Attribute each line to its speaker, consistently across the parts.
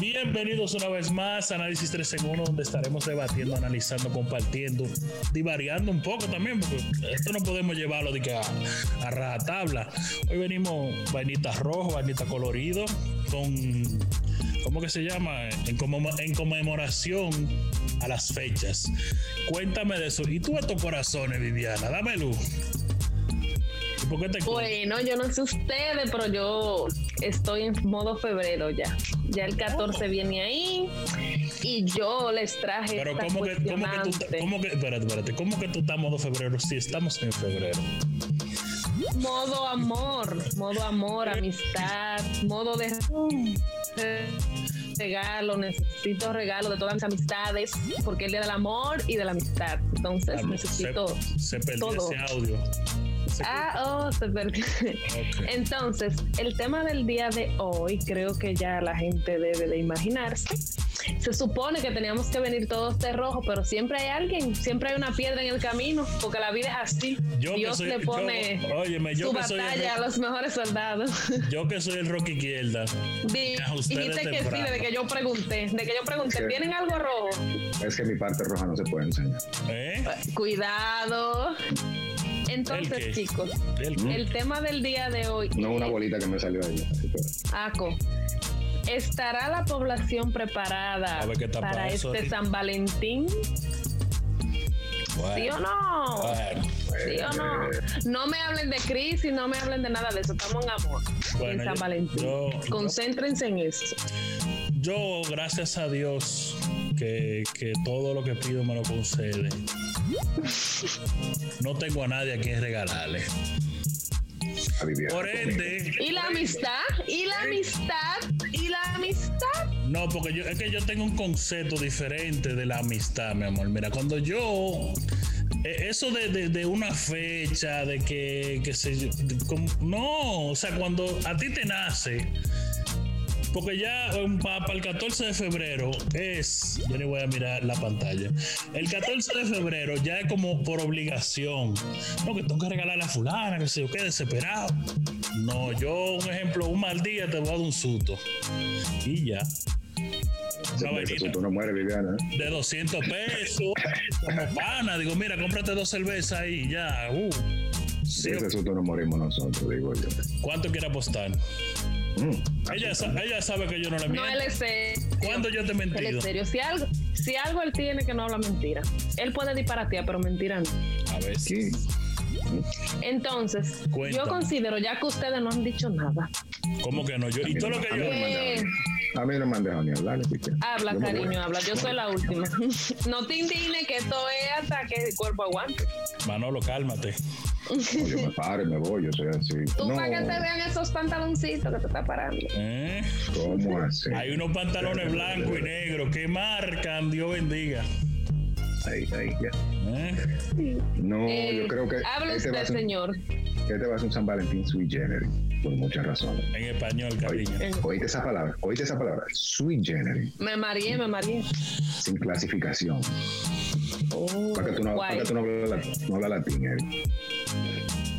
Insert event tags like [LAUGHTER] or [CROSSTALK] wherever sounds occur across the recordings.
Speaker 1: Bienvenidos una vez más a Análisis 3 en 1, donde estaremos debatiendo, analizando, compartiendo, divariando un poco también, porque esto no podemos llevarlo de que a, a rajatabla. Hoy venimos vainitas rojo, vainita colorido, con, ¿cómo que se llama? En, comemo- en conmemoración a las fechas. Cuéntame de eso. ¿Y tú estos corazones, Viviana? Dame luz. ¿Y por qué te
Speaker 2: Bueno, yo no sé ustedes, pero yo estoy en modo febrero ya. Ya el 14 viene ahí y yo les traje.
Speaker 1: Oh. Pero
Speaker 2: esta
Speaker 1: ¿cómo que, cómo que tú
Speaker 2: cuestionante.
Speaker 1: cómo que, espérate, espérate, ¿cómo que tú estás modo febrero si estamos en febrero?
Speaker 2: Modo amor, modo amor,
Speaker 1: Eh.
Speaker 2: amistad, modo de de regalo, necesito regalo de todas mis amistades, porque es el día del amor y de la amistad. Entonces
Speaker 1: Claro,
Speaker 2: necesito.
Speaker 1: Ah, se, se perdió
Speaker 2: todo.
Speaker 1: ese audio. Se-
Speaker 2: Ah, oh, se perdió. [LAUGHS]
Speaker 1: Ok.
Speaker 2: Entonces, el tema del día de hoy creo que ya la gente debe de imaginarse. Se supone que teníamos que venir todos de rojo, pero siempre hay alguien, siempre hay una piedra en el camino, porque la vida es así.
Speaker 1: Yo que
Speaker 2: Dios
Speaker 1: soy-
Speaker 2: le
Speaker 1: yo-
Speaker 2: pone
Speaker 1: óyeme, yo
Speaker 2: su
Speaker 1: que soy el-
Speaker 2: batalla a los mejores soldados.
Speaker 1: [LAUGHS] Yo que soy el rock izquierda.
Speaker 2: Di-
Speaker 1: A ustedes
Speaker 2: Dijiste que sí,
Speaker 1: temprano.
Speaker 2: desde que yo pregunté, de que yo pregunté,
Speaker 3: Sí.
Speaker 2: ¿tienen algo rojo?
Speaker 3: Es que mi parte roja no se puede enseñar.
Speaker 1: ¿Eh? ¿El
Speaker 2: Cuidado.
Speaker 1: qué? ¿Mm?
Speaker 2: Entonces, chicos,
Speaker 1: El-
Speaker 2: el tema del día de hoy
Speaker 3: No una bolita que me salió ahí.
Speaker 2: Aco, ¿estará la población
Speaker 1: A
Speaker 2: preparada
Speaker 1: ver qué tapa
Speaker 2: para
Speaker 1: eso,
Speaker 2: este
Speaker 1: Ri.
Speaker 2: San Valentín? ¿Sí o
Speaker 1: Bueno,
Speaker 2: no?
Speaker 1: bueno.
Speaker 2: ¿Sí o no? No me hablen de crisis, no me hablen de nada de eso. Estamos en amor.
Speaker 1: Bueno,
Speaker 2: en San
Speaker 1: yo-
Speaker 2: Valentín.
Speaker 1: yo-
Speaker 2: Concéntrense en esto.
Speaker 1: Yo, gracias a Dios, que, que todo lo que pido me lo concede. No tengo a nadie a quien regalarle.
Speaker 3: A vivir.
Speaker 1: Por ende,
Speaker 2: ¿Y la amistad? ¿Y la amistad? ¿Y la amistad?
Speaker 1: No, porque yo, es que yo tengo un concepto diferente de la amistad, mi amor. Mira, cuando yo. eh, Eso de, de- de una fecha, de que, que se. de- como- no, o sea, cuando a ti te nace. Porque ya um, pa- para el 14 de febrero es. Yo le voy a mirar la pantalla. El 14 de febrero ya es como por obligación. No, que tengo que regalar a fulana, que sé yo qué, desesperado. No, yo, un ejemplo, un mal día te voy a dar un susto. Y ya.
Speaker 3: Se-
Speaker 1: una
Speaker 3: se-
Speaker 1: vainita.
Speaker 3: Tú no mueres, Viviana. ¿eh?
Speaker 1: de 200 pesos. Como pana, digo, mira, cómprate dos cervezas ahí, ya. Uh. Sí,
Speaker 3: De ese susto no morimos nosotros, digo yo.
Speaker 1: ¿Cuánto quiere apostar?
Speaker 3: Mm.
Speaker 1: Ella, sa- ella sabe que yo no le
Speaker 2: No,
Speaker 1: miento.
Speaker 2: él es serio.
Speaker 1: ¿Cuándo yo te he
Speaker 2: Él
Speaker 1: mentido?
Speaker 2: es serio. Si algo, si algo él tiene que no habla mentira. Él puede disparatear, pero mentira no.
Speaker 1: A ver,
Speaker 3: Sí.
Speaker 2: Entonces,
Speaker 1: Cuéntame.
Speaker 2: yo considero, ya que ustedes no han dicho nada,
Speaker 1: ¿cómo que no? Yo, y todo lo que
Speaker 3: A mí no
Speaker 1: yo.
Speaker 3: me han dejado ni- A mí no me han dejado ni hablar, así que.
Speaker 2: Eh. Habla,
Speaker 3: yo me voy.
Speaker 2: cariño, habla. Yo soy la última. [LAUGHS] No te indignes que esto es hasta que el cuerpo aguante.
Speaker 1: Manolo, cálmate.
Speaker 3: No, Yo
Speaker 2: [LAUGHS]
Speaker 3: me paro y me voy, yo soy así.
Speaker 2: Tú
Speaker 3: no,
Speaker 2: para que te vean esos pantaloncitos que te está parando.
Speaker 1: ¿Eh?
Speaker 3: ¿Cómo así?
Speaker 1: Hay unos pantalones blancos y negros que marcan, Dios bendiga.
Speaker 3: Ahí, ahí, ya.
Speaker 1: ¿Eh?
Speaker 3: No,
Speaker 2: Eh,
Speaker 3: yo creo que.
Speaker 2: Habla
Speaker 3: este va a
Speaker 2: usted,
Speaker 3: ser-
Speaker 2: señor.
Speaker 3: Este va a ser un San Valentín sui generis, por muchas razones.
Speaker 1: En español, cariño.
Speaker 2: Eh,
Speaker 3: Oíste esa palabra, oíste esa palabra, sui generis.
Speaker 2: Me mareé, me mareé.
Speaker 3: sin clasificación.
Speaker 2: Oh,
Speaker 3: Para que tú no, para
Speaker 2: guay.
Speaker 3: que tú no hablas lat- no hablas latín, eh. Eric.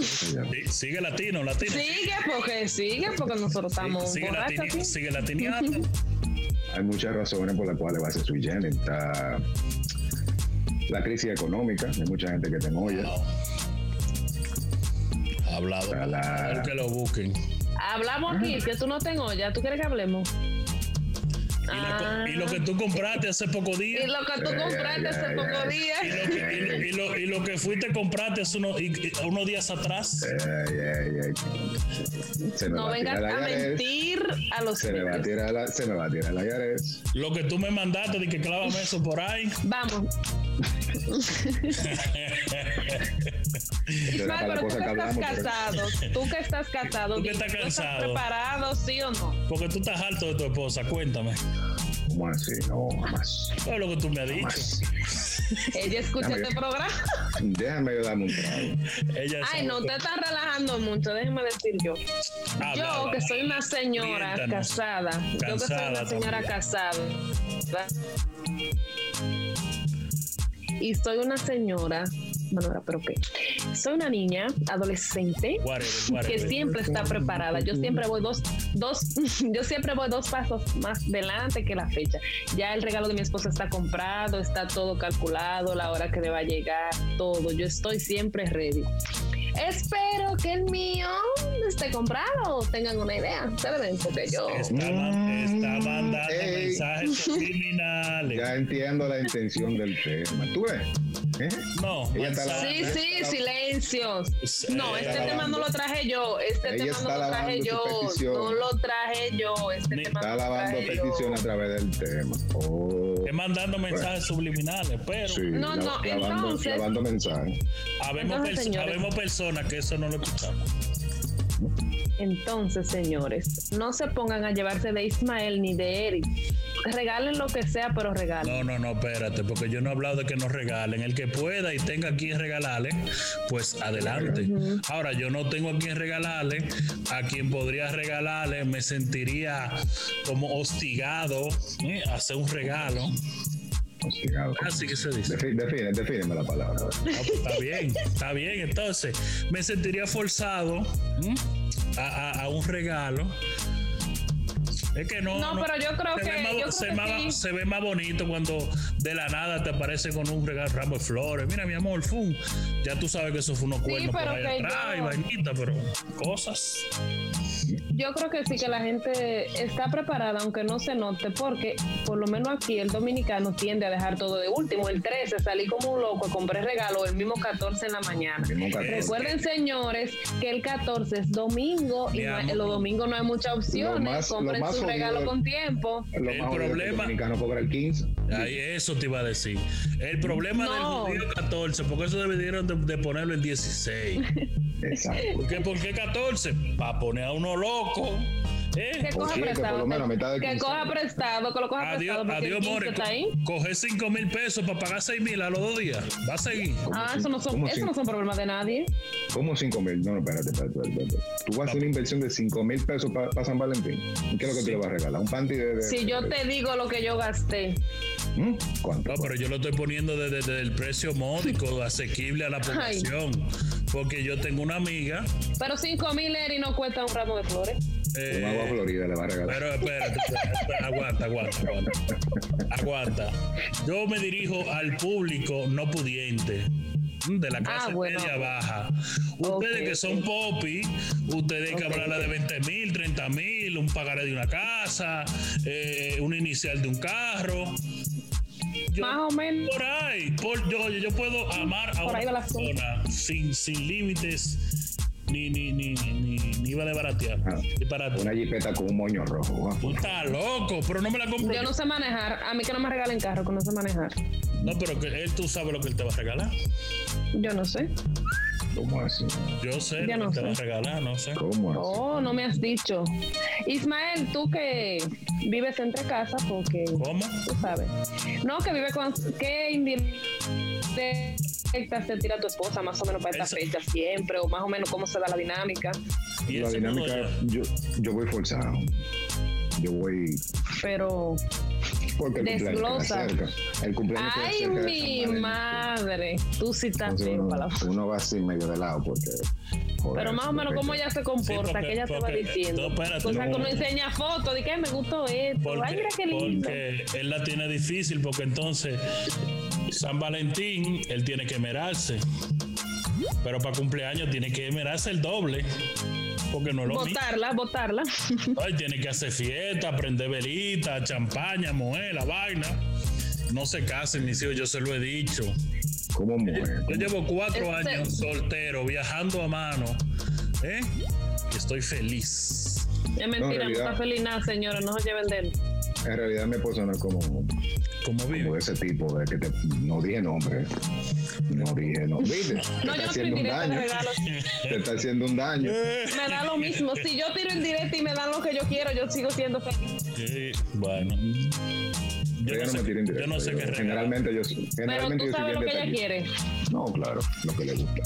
Speaker 1: Sí, Sigue latino, latino.
Speaker 2: Sigue porque sigue, porque nosotros estamos
Speaker 1: sigue,
Speaker 2: borrachos
Speaker 1: latini-
Speaker 2: aquí.
Speaker 1: sigue latineando.
Speaker 3: Hay muchas razones por las cuales va a ser sui generis. Está la crisis económica, hay mucha gente que te molla.
Speaker 1: Wow. Hablado.
Speaker 3: Está la-
Speaker 1: Que lo busquen.
Speaker 2: Hablamos aquí, que tú no tengo ya. ¿Tú quieres que hablemos?
Speaker 1: Y, la co-
Speaker 2: Ah.
Speaker 1: y lo que tú compraste hace poco
Speaker 2: Y
Speaker 1: día.
Speaker 2: lo que tú
Speaker 3: Ay, ay,
Speaker 2: compraste hace
Speaker 3: ay,
Speaker 2: poco
Speaker 3: ay.
Speaker 2: días.
Speaker 1: Y lo que, y lo- y lo- y lo que fuiste compraste hace unos, y- y- unos días atrás.
Speaker 3: Ay, ay, ay. Se me
Speaker 2: No
Speaker 3: va a
Speaker 2: vengas
Speaker 3: tirar la
Speaker 2: a
Speaker 3: Yares.
Speaker 2: mentir a los
Speaker 3: Se me va a
Speaker 2: niños.
Speaker 3: tirar la, se me va a tirar la Yares.
Speaker 1: Lo que tú me mandaste de que clávame eso por ahí. [LAUGHS]
Speaker 2: Vamos.
Speaker 3: Esa era
Speaker 2: Ismael,
Speaker 3: para la
Speaker 2: pero tú
Speaker 3: cosa
Speaker 2: que estás
Speaker 3: que hablamos, pero-
Speaker 2: casado, tú que estás casado,
Speaker 1: Tú que
Speaker 2: dime,
Speaker 1: estás cansado.
Speaker 2: preparado, sí o no?
Speaker 1: Porque tú estás harto de tu esposa. Cuéntame.
Speaker 3: ¿Cómo así? No, jamás.
Speaker 1: ¿Qué es lo que tú me has dicho?
Speaker 3: Jamás.
Speaker 2: Ella escucha
Speaker 3: Dame.
Speaker 2: este programa. [LAUGHS]
Speaker 3: Déjame yo darme un trago.
Speaker 1: Ella
Speaker 2: Ay,
Speaker 1: sabe
Speaker 2: no
Speaker 1: que-
Speaker 2: te estás relajando mucho, déjeme decir yo.
Speaker 1: Habla,
Speaker 2: Yo,
Speaker 1: habla.
Speaker 2: que soy una señora
Speaker 1: Oriéntanos.
Speaker 2: casada, yo que soy
Speaker 1: Cansada
Speaker 2: una señora
Speaker 1: también.
Speaker 2: casada. Y soy una señora Manora, pero qué. Soy una niña, adolescente,
Speaker 1: Whatever,
Speaker 2: que
Speaker 1: whatever.
Speaker 2: siempre está preparada. Yo siempre voy dos, dos, [LAUGHS] yo siempre voy dos pasos más delante que la fecha. Ya el regalo de mi esposa está comprado, está todo calculado, la hora que le va a llegar, todo. Yo estoy siempre ready. Espero que el mío esté comprado, tengan una idea, ¿saben? Porque yo
Speaker 1: Está, man- está
Speaker 3: Mm,
Speaker 1: mandando
Speaker 3: ey.
Speaker 1: mensajes subliminales.
Speaker 3: Ya entiendo la intención del tema. ¿Tú ves? ¿Eh?
Speaker 1: No,
Speaker 3: Ella está
Speaker 1: mensajes-
Speaker 2: Sí, sí, silencio.
Speaker 1: Sí,
Speaker 2: No,
Speaker 1: eh,
Speaker 2: este
Speaker 3: está
Speaker 2: tema no
Speaker 3: lavando.
Speaker 2: lo traje yo. Este
Speaker 3: Ella
Speaker 2: tema
Speaker 3: está
Speaker 2: no lo traje
Speaker 3: lavando su
Speaker 2: yo.
Speaker 3: petición.
Speaker 2: No lo traje yo. Este
Speaker 1: Ni-
Speaker 2: tema
Speaker 3: Está
Speaker 2: no lo
Speaker 3: lavando
Speaker 2: traje yo.
Speaker 3: petición a través del tema. Oh,
Speaker 1: Es mandando mensajes subliminales, pero
Speaker 3: sí,
Speaker 2: No,
Speaker 3: la-
Speaker 2: no,
Speaker 3: lavando,
Speaker 2: entonces-
Speaker 3: lavando mensajes.
Speaker 1: habemos,
Speaker 2: Entonces,
Speaker 1: perso-
Speaker 2: señores.
Speaker 1: habemos personas que eso no lo escuchamos.
Speaker 2: Entonces, señores, no se pongan a llevarse de Ismael ni de Eric. Regalen lo que sea, pero regalen.
Speaker 1: No, no, no, espérate, porque yo no he hablado de que nos regalen. El que pueda y tenga a quien regalarle, pues adelante. Ahora, yo no tengo a quien regalarle, a quien podría regalarle, me sentiría como hostigado ¿eh? a hacer un regalo.
Speaker 3: Hostigado.
Speaker 1: Así que se dice.
Speaker 3: Oh, Defi- Define, defíneme la palabra.
Speaker 1: Ah, pues, está bien, está bien. Entonces, me sentiría forzado ¿m? a, a- a un regalo. Es que no.
Speaker 2: No, pero yo creo
Speaker 1: se
Speaker 2: que-
Speaker 1: Ve más,
Speaker 2: yo creo
Speaker 1: se,
Speaker 2: que
Speaker 1: más-
Speaker 2: sí.
Speaker 1: se ve más bonito cuando de la nada te aparece con un regalo ramo de flores. Mira, mi amor, fum. Ya tú sabes que eso fue unos cuernos
Speaker 2: pero
Speaker 1: por ahí
Speaker 2: que
Speaker 1: atrás
Speaker 2: yo-
Speaker 1: y vainita, pero cosas.
Speaker 2: Yo creo que sí que la gente está preparada, aunque no se note, porque por lo menos aquí el dominicano tiende a dejar todo de último. El 13 salí como un loco, compré regalo, el mismo 14 en la mañana.
Speaker 3: Mismo 14.
Speaker 2: Recuerden, señores, que el 14 es domingo y
Speaker 1: Mi
Speaker 2: no hay-
Speaker 1: amor.
Speaker 2: los domingos no hay muchas opciones.
Speaker 3: Lo más- lo
Speaker 2: Compren
Speaker 3: más
Speaker 2: su
Speaker 3: jodido
Speaker 2: regalo
Speaker 3: es-
Speaker 2: con tiempo.
Speaker 3: Lo
Speaker 1: El
Speaker 3: más jodido es que
Speaker 1: problema-
Speaker 3: El dominicano cobra el 15.
Speaker 1: Ahí, eso te iba a decir. El problema
Speaker 2: No.
Speaker 1: del judío 14, porque eso debieron de, de ponerlo en 16.
Speaker 3: Exacto.
Speaker 1: ¿Por qué, por qué 14? Para poner a uno loco. ¿eh?
Speaker 2: Que
Speaker 3: O
Speaker 2: coja
Speaker 3: siete, por
Speaker 2: prestado.
Speaker 3: lo menos, a mitad
Speaker 2: Que
Speaker 3: de quincena.
Speaker 2: coja prestado, que lo coja
Speaker 1: Adiós,
Speaker 2: prestado. porque el
Speaker 1: adiós,
Speaker 2: 15
Speaker 1: More.
Speaker 2: está ahí.
Speaker 1: Coger 5 mil pesos para pagar 6 mil a los dos días. Va a seguir.
Speaker 2: Ah, eso no son,
Speaker 3: ¿Cómo
Speaker 2: eso
Speaker 3: cinco?
Speaker 2: no son problemas de nadie.
Speaker 3: ¿Cómo 5 mil? No, no, espérate, espérate, espérate, espérate. Tú vas a hacer una inversión de 5 mil pesos para San Valentín. ¿Y ¿Qué es lo que
Speaker 1: Sí.
Speaker 3: tú le vas a regalar? ¿Un panty de.? de-
Speaker 2: Si yo te digo lo que yo gasté,
Speaker 3: ¿Mm? ¿Cuánto?
Speaker 1: No, pero yo lo estoy poniendo desde, desde el precio
Speaker 2: [LAUGHS]
Speaker 1: módico, asequible a la población. Porque yo tengo una amiga.
Speaker 2: pero 5 mil Eri no cuesta un ramo de flores.
Speaker 1: eh,
Speaker 3: Un agua Florida le vas a regalar.
Speaker 1: pero espérate, espérate, aguanta, aguanta, aguanta. Aguanta. Yo me dirijo al público no pudiente. mm, De la clase
Speaker 2: Ah, bueno.
Speaker 1: media baja.
Speaker 2: Ok,
Speaker 1: Ustedes que son
Speaker 2: ok.
Speaker 1: popi, ustedes que
Speaker 2: Ok.
Speaker 1: hablan de 20 mil, 30 mil, un pagaré de una casa, eh, un inicial de un carro. Yo-
Speaker 2: Más o menos.
Speaker 1: por ahí. por- yo, yo puedo amar a
Speaker 2: Por ahí va
Speaker 1: una
Speaker 2: la cosa.
Speaker 1: persona sin, sin límites ni, ni, ni, ni, ni iba de baratear.
Speaker 3: Ah,
Speaker 1: De barato.
Speaker 3: Una jipeta con un moño rojo. guau.
Speaker 1: Tú estás loco, pero no me la compro.
Speaker 2: Yo no sé manejar. A mí que no me regalen carro, que no sé manejar.
Speaker 1: No, pero que él tú sabes lo que él te va a regalar.
Speaker 2: Yo no sé.
Speaker 3: ¿Cómo así?
Speaker 1: Yo sé
Speaker 2: Ya
Speaker 1: lo
Speaker 2: no
Speaker 1: que te va a
Speaker 2: sé.
Speaker 1: regalar, no sé.
Speaker 3: ¿Cómo así?
Speaker 2: Oh, no me has dicho. Ismael, tú que vives entre casa, porque
Speaker 1: ¿Cómo?
Speaker 2: tú sabes. No, que vive con. ¿Qué indirectas te tira tu esposa más o menos para esta
Speaker 1: Eso-
Speaker 2: fecha siempre? O más o menos cómo se da la dinámica.
Speaker 1: Y
Speaker 3: La
Speaker 1: ese no
Speaker 3: dinámica,
Speaker 1: doy
Speaker 3: yo, yo voy forzado. Yo voy.
Speaker 2: Pero.
Speaker 3: Porque el cumpleaños
Speaker 2: Desglosa.
Speaker 3: queda cerca. El cumpleaños queda
Speaker 2: ¡Ay,
Speaker 3: cerca de
Speaker 2: mi
Speaker 3: San Valentín.
Speaker 2: madre! Tú sí estás
Speaker 3: Entonces
Speaker 2: bien para
Speaker 3: uno,
Speaker 2: la-
Speaker 3: uno va así medio de lado porque. joder,
Speaker 2: Pero más o
Speaker 3: de
Speaker 2: menos cómo
Speaker 3: repente-
Speaker 2: ella se comporta,
Speaker 1: Sí, porque-
Speaker 2: que ella te va
Speaker 1: porque-
Speaker 2: diciendo.
Speaker 1: no, espérate,
Speaker 2: Cosas
Speaker 1: no.
Speaker 2: que uno enseña fotos, de que "Ay, me gustó esto. Ay,
Speaker 1: Porque,
Speaker 2: mira qué lindo.
Speaker 1: porque él la tiene difícil, porque entonces San Valentín, él tiene que emerarse. Pero para cumpleaños tiene que emerarse el doble. Porque no es lo mismo.
Speaker 2: Botarla, botarla. [LAUGHS]
Speaker 1: Ay, tiene que hacer fiesta, prender velita, champaña, mover la vaina. No se casen, mis hijos, yo se lo he dicho.
Speaker 3: ¿Cómo mujer?
Speaker 1: Yo llevo cuatro
Speaker 2: Este-
Speaker 1: años soltero, viajando a mano. ¿Eh? Y Estoy feliz.
Speaker 2: Es mentira, no,
Speaker 3: realidad-
Speaker 2: está feliz nada, señora. No se lleven de él.
Speaker 3: En realidad mi esposa no es como, como
Speaker 1: ¿Cómo
Speaker 3: de
Speaker 1: vive?
Speaker 3: ese tipo de que te no dije nombre. No dije nombre.
Speaker 2: [LAUGHS]
Speaker 3: ¿Viste?
Speaker 2: No,
Speaker 3: te
Speaker 2: yo no
Speaker 3: está
Speaker 2: tiro
Speaker 3: haciendo un
Speaker 2: indirecta de
Speaker 3: daño.
Speaker 2: regalo.
Speaker 3: Te está haciendo un daño.
Speaker 2: Me da lo mismo. Si yo tiro en directo y me dan lo que yo quiero, yo sigo siendo feliz.
Speaker 1: Sí, bueno. Yo
Speaker 3: Ella
Speaker 1: Eh, no
Speaker 3: me
Speaker 1: sé-
Speaker 3: tira indirecta,
Speaker 1: yo no sé qué regalo.
Speaker 3: Generalmente yo
Speaker 2: Pero
Speaker 3: generalmente
Speaker 2: tú
Speaker 3: yo soy
Speaker 2: sabes
Speaker 3: bien
Speaker 2: lo que ella
Speaker 3: detallista.
Speaker 2: quiere.
Speaker 3: No, claro, lo que le gusta.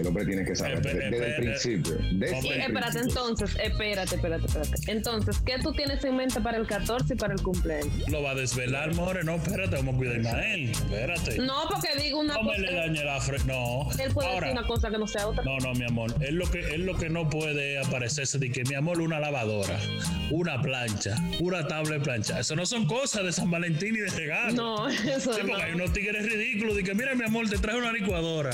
Speaker 3: El hombre tiene que saber
Speaker 1: Espera,
Speaker 3: desde, desde el
Speaker 1: espera.
Speaker 3: principio. Desde
Speaker 1: Sí,
Speaker 2: Y
Speaker 1: Por el
Speaker 2: espérate, entonces, espérate, espérate, espérate. Entonces, ¿qué tú tienes en mente para el 14 y para el cumpleaños?
Speaker 1: Lo va a desvelar, more. No, espérate, vamos a cuidar más a él. Espérate.
Speaker 2: No, porque digo una
Speaker 1: No me
Speaker 2: cosa.
Speaker 1: le dañe la frente. No.
Speaker 2: Él puede
Speaker 1: Ahora,
Speaker 2: decir una cosa que no sea otra.
Speaker 1: no, no, mi amor. Es lo que es lo que no puede aparecerse de que mi amor una lavadora, una plancha, una tabla de plancha. Eso no son cosas de San Valentín y de regalo.
Speaker 2: No, [LAUGHS] eso
Speaker 1: Sí,
Speaker 2: no.
Speaker 1: porque hay unos tigres ridículos de que mira mi amor te traje una licuadora.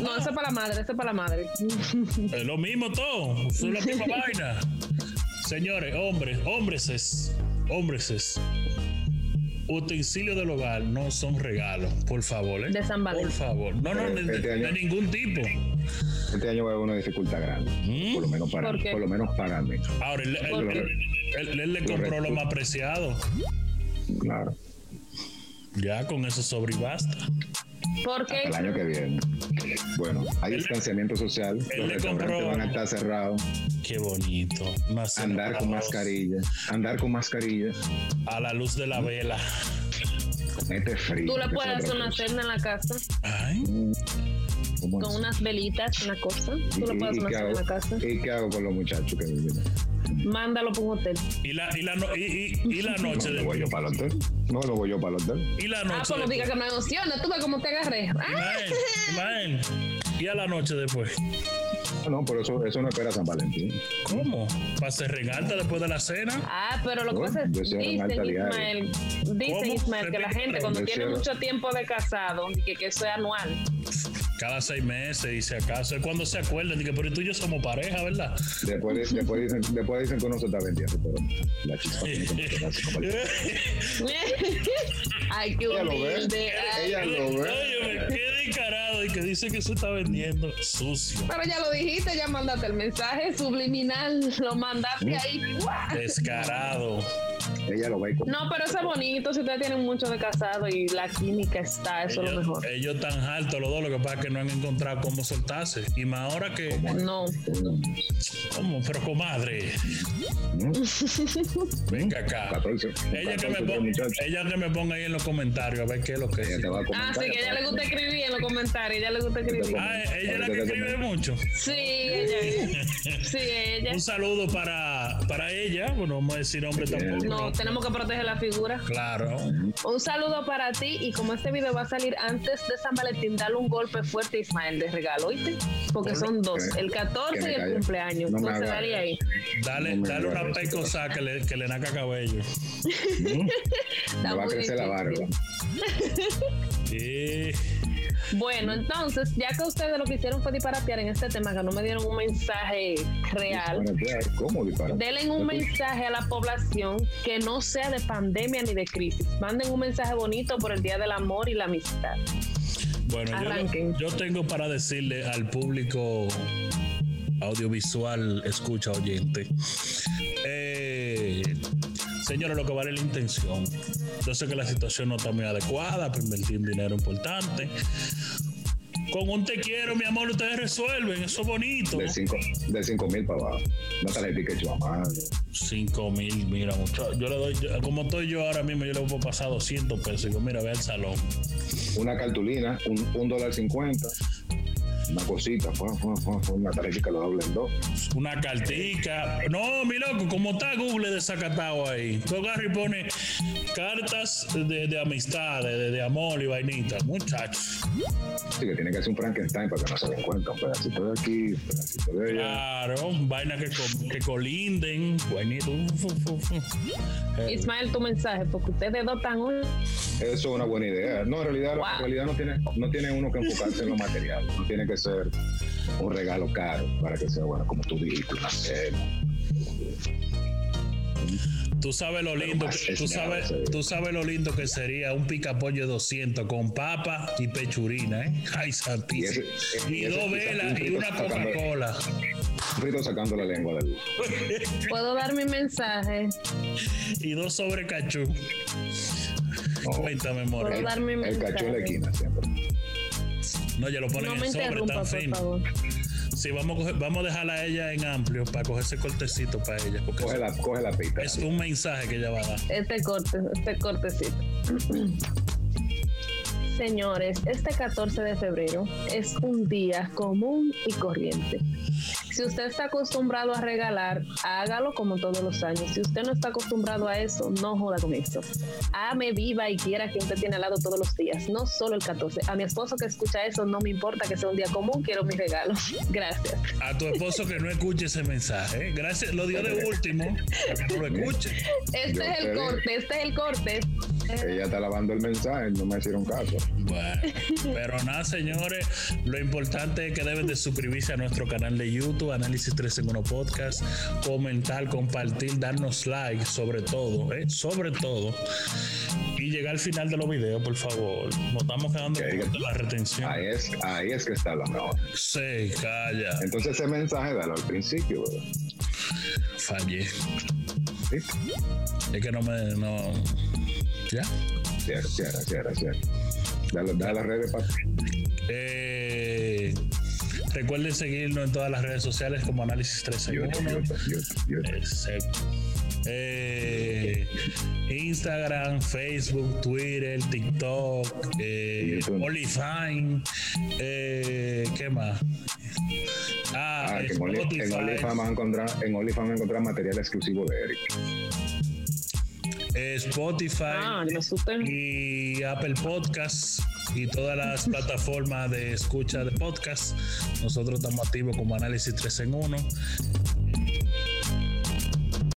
Speaker 2: No, eso es para la madre, eso es para la madre. [LAUGHS]
Speaker 1: Es lo mismo todo, es la
Speaker 3: [LAUGHS]
Speaker 1: misma vaina. Señores, hombres, hombreses, hombreses. Utensilios del hogar no son regalos, por favor. ¿eh?
Speaker 2: De San Valentín.
Speaker 1: Por favor. No, no, de,
Speaker 3: Pero este
Speaker 1: de-
Speaker 3: año-
Speaker 1: de ningún tipo.
Speaker 3: Este año va a haber una dificultad grande.
Speaker 1: ¿Mm?
Speaker 3: Por lo menos para
Speaker 2: ¿Por
Speaker 3: mí.
Speaker 2: qué?
Speaker 3: Por lo menos para mí.
Speaker 1: Ahora, él, él-
Speaker 2: ¿Por
Speaker 3: qué?
Speaker 1: él- él- él le compró lo
Speaker 3: Correcto.
Speaker 1: más preciado.
Speaker 3: Claro.
Speaker 1: Ya con eso sobre y basta.
Speaker 2: Porque
Speaker 3: Hasta el año que viene. Bueno, hay distanciamiento social.
Speaker 1: él
Speaker 3: Los
Speaker 1: le
Speaker 3: restaurantes
Speaker 1: compró-
Speaker 3: van a estar cerrados.
Speaker 1: Qué bonito. Una cena
Speaker 3: Andar
Speaker 1: para
Speaker 3: con
Speaker 1: dos,
Speaker 3: mascarilla. Andar con mascarilla.
Speaker 1: A la luz de la vela.
Speaker 3: Con este frío. este
Speaker 2: tú le
Speaker 3: que es
Speaker 2: puedes
Speaker 3: otra
Speaker 2: hacer una
Speaker 3: cosa.
Speaker 2: cena en la casa
Speaker 1: Ay,
Speaker 3: Mm, ¿cómo
Speaker 2: con
Speaker 3: es?
Speaker 2: unas velitas, una cosa.
Speaker 3: ¿Y-
Speaker 2: Tú le puedes
Speaker 3: y- y
Speaker 2: hacer una
Speaker 3: qué
Speaker 2: cena en
Speaker 3: hago?
Speaker 2: la casa.
Speaker 3: ¿Y qué hago con los muchachos que viven?
Speaker 2: Mándalo por un hotel.
Speaker 1: Y la, y la, no- y, y- y la noche
Speaker 3: [LAUGHS]
Speaker 1: de-
Speaker 3: No lo voy yo para el hotel. No lo voy yo para el hotel.
Speaker 1: Y la
Speaker 2: Ah,
Speaker 1: noche.
Speaker 2: pues no
Speaker 1: de-
Speaker 2: digas que me emociona. Tú ves cómo te agarré. Ah,
Speaker 1: Imagen, imagen. Y a la noche después.
Speaker 3: No, No, pero eso, eso no espera San Valentín.
Speaker 1: ¿Cómo? ¿Para hacer regata después de la cena?
Speaker 2: Ah, pero lo que
Speaker 3: Bueno,
Speaker 2: pasa es,
Speaker 3: yo soy
Speaker 2: dicen
Speaker 3: Renata Diario.
Speaker 2: Ismael, dicen
Speaker 1: ¿Cómo?
Speaker 2: Ismael que la
Speaker 1: Repite,
Speaker 2: gente cuando
Speaker 3: yo
Speaker 2: tiene
Speaker 3: soy-
Speaker 2: mucho tiempo de casado, que, que eso es anual. [LAUGHS]
Speaker 1: Cada seis meses, dice acaso. Es cuando se acuerdan. Dije, pero tú y yo somos pareja, ¿verdad?
Speaker 3: Después, después, dicen, después dicen que uno se está vendiendo, pero la chispa tiene que mantenerse como el-
Speaker 2: Ay, qué
Speaker 3: Ella lo ve.
Speaker 2: humilde. ay.
Speaker 3: Ella lo
Speaker 1: Oye, me
Speaker 3: ve.
Speaker 1: quedé encarado y que dice que se está vendiendo
Speaker 2: [LAUGHS]
Speaker 1: sucio.
Speaker 2: Pero ya lo dijiste, ya mandaste el mensaje subliminal, lo mandaste ahí. ¡guau!
Speaker 1: Descarado.
Speaker 3: Ella lo ve como.
Speaker 2: No, pero eso es bonito si ustedes tienen mucho de casado y la química está, eso es lo
Speaker 1: Ellos,
Speaker 2: mejor.
Speaker 1: ellos están altos los dos, lo que pasa es que no han encontrado cómo soltarse. Y más ahora que.
Speaker 3: [LAUGHS]
Speaker 2: No,
Speaker 1: ¿Cómo? Pero comadre,
Speaker 3: ¿no?
Speaker 1: venga acá.
Speaker 3: 14.
Speaker 1: Ella que, me
Speaker 3: 14
Speaker 1: ponga,
Speaker 3: muchachos.
Speaker 1: ella que me ponga ahí en los comentarios a ver qué es lo que
Speaker 3: Ella
Speaker 1: es.
Speaker 3: te va a
Speaker 2: Ah,
Speaker 3: comentar.
Speaker 2: sí, que a ella le gusta escribir en los comentarios, ella le gusta escribir.
Speaker 1: Ah, ella es la que escribe mucho.
Speaker 2: Sí, ella. Sí, ella.
Speaker 1: Un saludo para, para ella. Bueno, vamos a decir hombre
Speaker 3: Bien.
Speaker 1: tampoco.
Speaker 2: No,
Speaker 1: No.
Speaker 2: tenemos que proteger la figura.
Speaker 1: Claro.
Speaker 2: Un saludo para ti y como este video va a salir antes de San Valentín, dale un golpe fuerte a Ismael de regalo, ¿oíste? Porque son dos, el 14 y el cumpleaños.
Speaker 3: No me
Speaker 2: Entonces
Speaker 3: hagas.
Speaker 2: dale ahí.
Speaker 1: Dale,
Speaker 3: No me
Speaker 1: dale una
Speaker 3: agarres.
Speaker 1: pecosa que le, que le naca cabello.
Speaker 2: Está
Speaker 3: Me va a
Speaker 2: muy
Speaker 3: crecer la barba.
Speaker 2: difícil.
Speaker 1: Sí.
Speaker 2: Bueno, entonces, ya que ustedes lo que hicieron fue disparatear en este tema, que no me dieron un mensaje real,
Speaker 3: Disparatear, ¿Cómo disparar?
Speaker 2: denle un mensaje a la población que no sea de pandemia ni de crisis. Manden un mensaje bonito por el Día del Amor y la Amistad.
Speaker 1: Bueno, yo,
Speaker 2: Arranquen.
Speaker 1: yo tengo para decirle al público audiovisual, escucha oyente. Eh, señores, lo que vale la intención. Yo sé que la situación no está muy adecuada para invertir dinero importante. Con un te quiero, mi amor, ustedes resuelven. Eso es bonito.
Speaker 3: De 5 de cinco mil para abajo. Una tarjetita hecho a mano.
Speaker 1: 5 mil, mira, muchacho. Yo le doy, yo- como estoy yo ahora mismo, yo le puedo pasar 200 pesos. Y digo, mira, ve al salón.
Speaker 3: Una cartulina, un, un dólar cincuenta. Una cosita, fue, fue, fue, fue, una tarjetita lo doble en dos.
Speaker 1: Una cartica. No, mi loco, como está Google desacatado ahí. Tú agarras y pone cartas de, de amistad, de, de- de amor y vainita. Muchachos.
Speaker 3: Así que tiene que hacer un Frankenstein para que no se den cuenta. Un pedacito de aquí, un pedacito de allá.
Speaker 1: Claro, vainas que, co- que colinden. Vainito. Fu, fu, fu. Eh,
Speaker 2: Ismael, tu mensaje, porque ustedes dos están hoy.
Speaker 3: Eso es una buena idea. No, en realidad,
Speaker 2: Wow.
Speaker 3: en realidad no, tiene, no tiene uno que enfocarse en lo material. No tiene que ser un regalo caro para que sea bueno, como tú dijiste, una cena.
Speaker 1: Tú sabes lo lindo,
Speaker 3: más
Speaker 1: que- tú
Speaker 3: es nada,
Speaker 1: sabes,
Speaker 3: sí.
Speaker 1: tú sabes lo lindo que sería un picapollo de 200 con papa y pechurina, ¿eh? [LAUGHS] Ay,
Speaker 3: Y, ese,
Speaker 1: santísimo. Y
Speaker 3: ese
Speaker 1: dos
Speaker 3: quizás un
Speaker 1: velas y
Speaker 3: frito
Speaker 1: una
Speaker 3: sacando-
Speaker 1: Coca-Cola.
Speaker 3: un frito sacando la lengua de luz.
Speaker 2: ¿Puedo dar mi mensaje?
Speaker 1: Y dos sobre cachú. Cuéntame,
Speaker 2: ¿Puedo
Speaker 1: More.
Speaker 2: dar mi
Speaker 3: El
Speaker 2: mensaje?
Speaker 3: cachú en la esquina siempre.
Speaker 1: No, ya lo ponen
Speaker 2: No
Speaker 1: en
Speaker 2: me
Speaker 1: sobre
Speaker 2: interrumpa,
Speaker 1: tan
Speaker 2: por
Speaker 1: fino.
Speaker 2: favor.
Speaker 1: Sí, vamos a, coger- vamos a dejarla a ella en amplio para cogerse cortecito para ella. Porque
Speaker 3: Coge la, coge la pita.
Speaker 1: es un mensaje que ella va a dar.
Speaker 2: Este corte, este cortecito. [CLEARS THROAT] Señores, este 14 de febrero es un día común y corriente. Si usted está acostumbrado a regalar, hágalo como todos los años. Si usted no está acostumbrado a eso, no joda con eso. Ame, viva y quiera que usted tiene al lado todos los días, no solo el 14. A mi esposo que escucha eso, no me importa que sea un día común, quiero mi regalo. [LAUGHS] Gracias.
Speaker 1: A tu esposo que no escuche ese mensaje. ¿eh? Gracias, lo dio de último. para que no lo escuche.
Speaker 2: Este
Speaker 3: Yo
Speaker 2: es
Speaker 3: te
Speaker 2: el
Speaker 3: digo.
Speaker 2: corte, este es el corte.
Speaker 3: Ella está lavando el mensaje, no me hicieron caso.
Speaker 1: Bueno, pero nada, señores, lo importante es que deben de suscribirse a nuestro canal de YouTube, Análisis 3 en 1 Podcast, comentar, compartir, darnos like, sobre todo, ¿eh? sobre todo. Y llegar al final de los videos, por favor. Nos estamos quedando
Speaker 3: Ok.
Speaker 1: cortos en la retención.
Speaker 3: Ahí es, ahí es que está lo mejor.
Speaker 1: Sí, calla,
Speaker 3: Entonces ese mensaje dalo al principio, ¿verdad?
Speaker 1: fallé.
Speaker 3: Sí.
Speaker 1: Es que no me. No. ¿Ya?
Speaker 3: Cierra, cierra, cierra, cierra. Dale, dale a las redes, papi.
Speaker 1: Eh, recuerden seguirnos en todas las redes sociales como Análisis 3 en
Speaker 3: YouTube,
Speaker 1: 1.
Speaker 3: YouTube, YouTube, YouTube.
Speaker 1: Exacto. Eh, Instagram, Facebook, Twitter, TikTok, eh,
Speaker 3: YouTube.
Speaker 1: OnlyFans, eh, ¿qué más? Ah,
Speaker 3: Ah, que en Only-
Speaker 1: Spotify.
Speaker 3: en OnlyFans vas a encontrar- en OnlyFans vas a encontrar material exclusivo de Eric.
Speaker 1: eh, Spotify
Speaker 2: Ah, no supe.
Speaker 1: y Apple Podcasts y todas las plataformas de escucha de podcast. Nosotros estamos activos como Análisis 3 en 1.